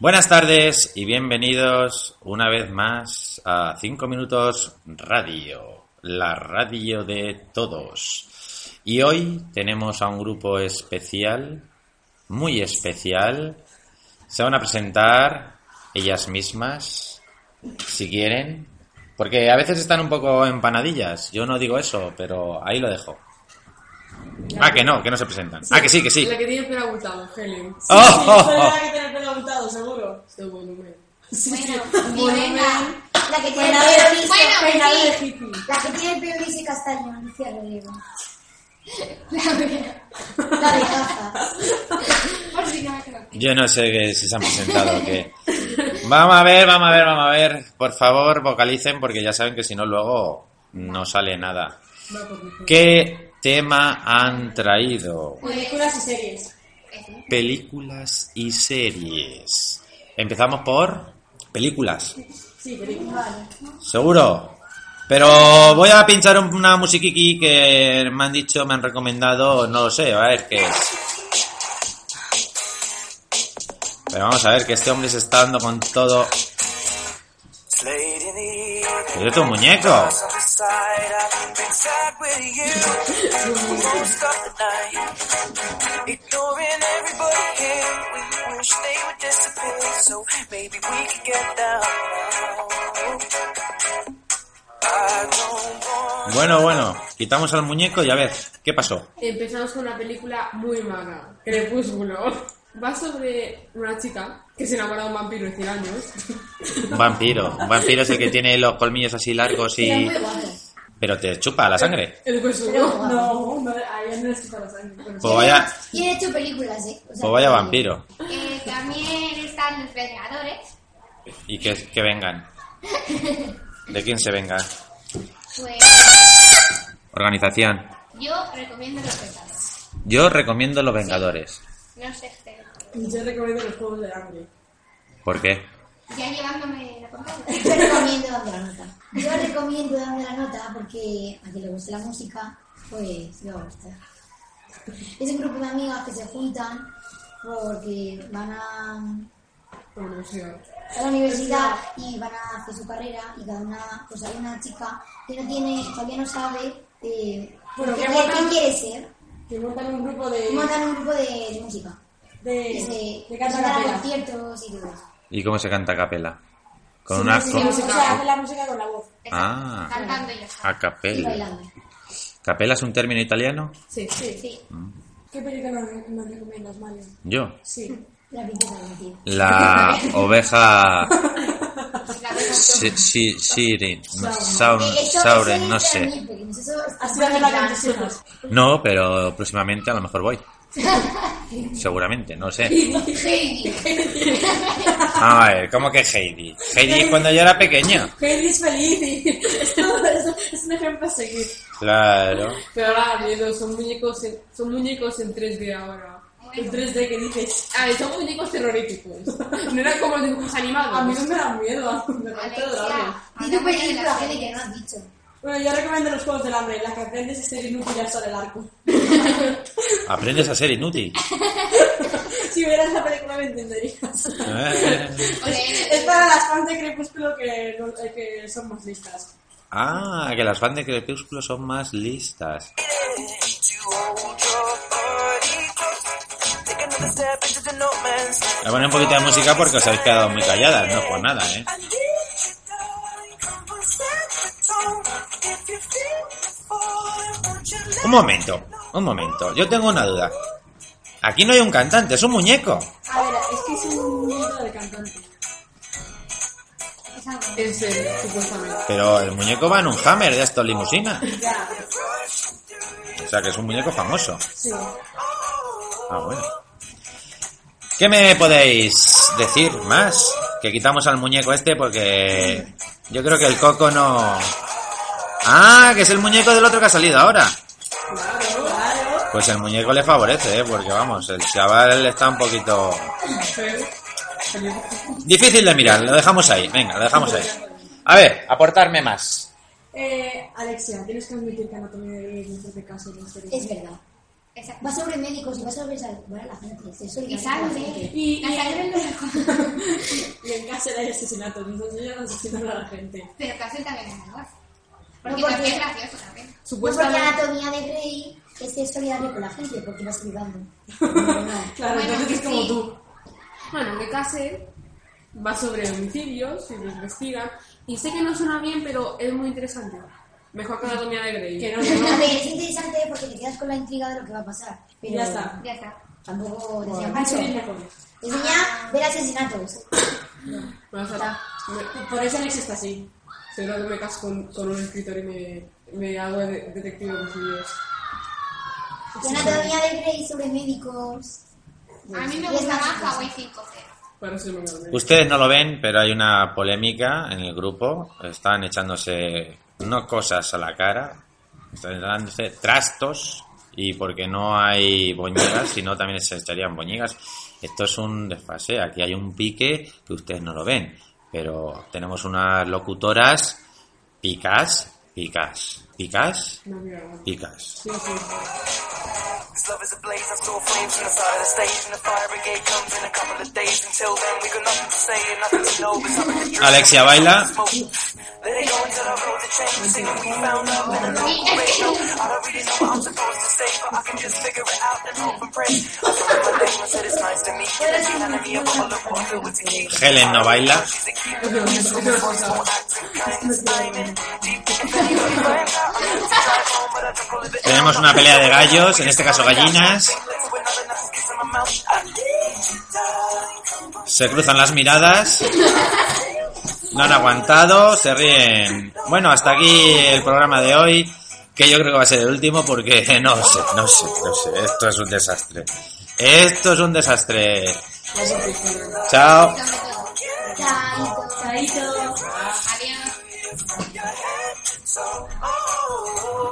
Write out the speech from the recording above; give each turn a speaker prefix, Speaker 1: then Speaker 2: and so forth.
Speaker 1: Buenas tardes y bienvenidos una vez más a 5 Minutos Radio, la radio de todos. Y hoy tenemos a un grupo especial, muy especial. Se van a presentar ellas mismas, si quieren, porque a veces están un poco empanadillas. Yo no digo eso, pero ahí lo dejo. Ah, que no, que no se presentan. Ah, que sí, que sí.
Speaker 2: La que tiene el pelo abultado, Helen.
Speaker 1: Oh,
Speaker 3: Sí,
Speaker 1: oh,
Speaker 3: soy
Speaker 1: oh.
Speaker 3: la que tiene el pelo abultado, seguro.
Speaker 2: Este volumen.
Speaker 3: Sí, sí.
Speaker 4: Bueno,
Speaker 3: Volumen.
Speaker 4: Jimena, la que tiene
Speaker 3: Peinado
Speaker 4: el
Speaker 3: de
Speaker 4: pelo liso,
Speaker 3: liso, peinado de
Speaker 4: sí.
Speaker 3: hippie.
Speaker 4: La que tiene el pelo liso y castaño, Lucía Rodrigo. La de, la de gafas.
Speaker 3: Por si no me creo.
Speaker 1: Yo no sé qué- si se han presentado o qué. Vamos a ver, vamos a ver, vamos a ver. Por favor, vocalicen porque ya saben que si no luego no sale nada.
Speaker 2: Va por mi cuenta.
Speaker 1: ¿Qué tema han traído?
Speaker 3: Películas y series.
Speaker 1: Películas y series. Empezamos por películas.
Speaker 3: Sí, películas.
Speaker 1: Seguro. Pero voy a pinchar un- una musiquiqui que me han dicho, me han recomendado, no lo sé, a ver qué es. Pero vamos a ver que este hombre se está dando con todo.
Speaker 5: Pero
Speaker 1: Pero tu muñeco.
Speaker 5: Ignoring everybody here, we wish they would disappear, so maybe we could get down. I don't want
Speaker 1: Bueno, bueno, quitamos al muñeco y a ver, ¿qué pasó?
Speaker 2: Empezamos con una película muy mala, Crepúsculo. Va sobre una chica que se enamora de un vampiro de 100 años.
Speaker 1: Un vampiro. Un vampiro es el que tiene los colmillos así largos
Speaker 4: Era
Speaker 1: y...
Speaker 4: muy guapo.
Speaker 1: Pero te chupa la sangre.
Speaker 2: El hueso.
Speaker 4: Era guapo.
Speaker 3: No, no, a ella no le escucha la sangre. pero
Speaker 1: Pues vaya,
Speaker 4: Y he hecho películas, ¿eh? O sea,
Speaker 1: pues vaya vampiro.
Speaker 6: Eh, también están los Vengadores,
Speaker 1: Y que, que vengan. ¿De quién se venga?
Speaker 6: pues
Speaker 1: Organización.
Speaker 6: yo recomiendo los Vengadores.
Speaker 1: Yo recomiendo Los Vengadores.
Speaker 6: No sé ustedes.
Speaker 3: Yo recomiendo los juegos del hambre.
Speaker 1: ¿Por qué?
Speaker 6: Ya llevándome la contraria.
Speaker 4: Yo recomiendo darme la nota. Yo recomiendo darme la nota porque a quien le guste la música, pues le va a gustar. Es un grupo de amigas que se juntan porque van a
Speaker 2: Bueno, sí, va.
Speaker 4: a la universidad y van a hacer su carrera y cada una, pues hay una chica que no tiene, todavía no sabe eh,
Speaker 3: Bueno,
Speaker 4: qué,
Speaker 3: que
Speaker 4: quiere-
Speaker 3: montan-
Speaker 4: qué quiere ser.
Speaker 3: Que montan un grupo de.
Speaker 4: Y montan un grupo de, de música.
Speaker 3: de.
Speaker 4: Que
Speaker 3: de,
Speaker 4: se
Speaker 3: cantar
Speaker 4: presentan
Speaker 3: a
Speaker 4: a
Speaker 3: capela.
Speaker 4: conciertos y todo eso.
Speaker 1: ¿Y cómo se canta a capela? Con
Speaker 3: Sí,
Speaker 1: una...
Speaker 3: sí,
Speaker 1: con-
Speaker 3: sí, O sea, hace la música con la voz.
Speaker 1: Ah.
Speaker 6: Cantando y ya está.
Speaker 1: A
Speaker 4: Y
Speaker 1: capela.
Speaker 4: bailando.
Speaker 1: ¿Capela es un término italiano?
Speaker 2: Sí, sí.
Speaker 6: Sí.
Speaker 3: ¿Qué película nos, nos recomiendas, Mario?
Speaker 1: Yo.
Speaker 3: Sí.
Speaker 4: La princesa de Antioquia.
Speaker 1: La oveja...
Speaker 6: pues la verdad,
Speaker 1: Sí, sí, Sirin, no,
Speaker 4: Eh,
Speaker 1: Sauron,
Speaker 4: eso-
Speaker 1: Sauron,
Speaker 4: eso
Speaker 1: no
Speaker 4: es
Speaker 1: sé.
Speaker 4: Daniel Perkins, eso es-
Speaker 3: Así van a hablar con tus hijos.
Speaker 1: No, pero próximamente a lo mejor voy. Seguramente, no sé. A ver, ¿cómo que Heidi? Heidi es cuando yo era pequeño.
Speaker 3: Henry es feliz y. es, todo, es, es un ejemplo a seguir.
Speaker 1: Claro.
Speaker 2: Pero ahora da miedo, son muñecos en, son muñecos en 3D ahora.
Speaker 3: El 3D que dices.
Speaker 2: A ver, son muñecos terroríficos. No eran como dibujos
Speaker 3: A mí no
Speaker 2: animados.
Speaker 3: me da miedo. Me parece adorable.
Speaker 6: Alexia,
Speaker 4: Di tu
Speaker 6: hablamos de
Speaker 4: película,
Speaker 6: las
Speaker 4: Fede,
Speaker 6: series.
Speaker 4: que no has dicho.
Speaker 3: Bueno, yo recomiendo los juegos del hambre. La que aprendes es ser inútil hasta el arco.
Speaker 1: Aprendes a ser inútil.
Speaker 3: Si vieras la película me entenderías.
Speaker 1: Eh.
Speaker 3: Es para las fans de Crepúsculo que, no- eh, que son más listas.
Speaker 1: Ah, que las fans de Crepúsculo son más listas.
Speaker 5: to hold your body close. Take another step into the no man's land.
Speaker 1: Voy a poner un poquito de música porque os habéis quedado muy calladas, no por nada, ¿eh?
Speaker 5: I need you, darling, come and set the tone. If you feel the falling, won't you let
Speaker 1: Un momento, un momento. Yo tengo una duda. Aquí no hay un cantante, es un muñeco.
Speaker 3: A ver, es que es un mundo de cantante.
Speaker 2: En serio, supuestamente.
Speaker 1: Pero el muñeco va en un Hammer de estos limusinas.
Speaker 3: Ya,
Speaker 1: O sea que es un muñeco famoso.
Speaker 3: sí.
Speaker 1: Ah, bueno. ¿Qué me podéis decir más? Que quitamos al muñeco este porque yo creo que el coco no... Ah, que es el muñeco del otro que ha salido ahora.
Speaker 3: Claro, claro.
Speaker 1: Pues el muñeco le favorece, ¿eh? porque vamos, el chaval está un poquito... Difícil de mirar, lo dejamos ahí. Venga, lo dejamos ahí. A ver, aportarme más.
Speaker 3: Eh, Alexia, tienes que admitir que Anatomía de Grey es de caso de serie.
Speaker 4: Es verdad.
Speaker 6: Exacto.
Speaker 4: Va sobre médicos y va sobre salvar a la gente. Se
Speaker 6: Y sangre.
Speaker 3: Y-
Speaker 6: La sangre es lo mejor.
Speaker 3: Castle hay asesinatos, nos enseñan a asesinar a la gente.
Speaker 6: Pero Castle también es amor.
Speaker 4: No,
Speaker 6: Porque
Speaker 4: porque-
Speaker 6: también es gracioso también.
Speaker 4: Porque la
Speaker 2: Supuestamente.
Speaker 4: anatomía de Grey es ser solidario con la gente, porque vas ayudando. No, no.
Speaker 3: Claro,
Speaker 6: Bueno,
Speaker 3: entonces
Speaker 6: que
Speaker 3: es como
Speaker 6: sí.
Speaker 3: tú.
Speaker 2: Bueno, me casé. Va sobre homicidios y lo investigan. Y sé que no suena bien, pero es muy interesante. Mejor que la anatomía de Grey.
Speaker 3: Que no, que
Speaker 4: A
Speaker 3: no.
Speaker 4: ver, es interesante porque te quedas con la intriga de lo que va a pasar. Pero
Speaker 3: Ya está.
Speaker 6: Ya está.
Speaker 4: Tampoco te enseña
Speaker 3: Bueno,
Speaker 4: mucho.
Speaker 3: Castle es mejor.
Speaker 4: Te enseña ver asesinatos.
Speaker 2: Bueno, o sea, me-
Speaker 3: Por eso Alex está así.
Speaker 2: seguro que me caso con, con un escritor y me, me hago de- detective de homicidios.
Speaker 4: Y anatomía de Grey sobre médicos.
Speaker 6: A mí me
Speaker 4: Y Pues es
Speaker 6: gusta
Speaker 4: más
Speaker 6: más Hawaii
Speaker 4: interesante.
Speaker 6: 5 0
Speaker 2: Para eso me lo
Speaker 1: Ustedes no lo ven, pero hay una polémica en el grupo. Están echándose no cosas a la cara, están dándose trastos y porque no hay boñigas, sino también se echarían boñigas. Esto es un desfase, aquí hay un pique que ustedes no lo ven, pero tenemos unas locutoras picas, picas, picas,
Speaker 2: No, mira, no.
Speaker 1: picas.
Speaker 2: Sí, sí.
Speaker 5: This love is ablaze, I saw flames from the side of the stage, and the fire brigade comes in a couple of days. Until then, we got nothing to say and nothing to know. It's up in the dream.
Speaker 1: Alexia baila.
Speaker 5: There they go into the road to change, singing we found love in a
Speaker 6: Sí.
Speaker 5: local radio. I don't really know what I'm supposed to say, but I can just figure it out and hope and pray. I told her my name and said it's nice to meet you. And she handed me a bottle of water with tequila.
Speaker 1: Helen no baila.
Speaker 5: She's a keeper.
Speaker 2: Es verdad, es verdad.
Speaker 1: Tenemos una pelea de gallos, en este caso gallinas. Se cruzan las miradas. No han aguantado, se ríen. Bueno, hasta aquí el programa de hoy, que yo creo que va a ser el último porque no sé, no sé, no sé. Esto es un desastre. Esto es un desastre. Chao.
Speaker 6: Sobre todo.
Speaker 4: Chaito.
Speaker 6: Adiós.
Speaker 5: So, oh.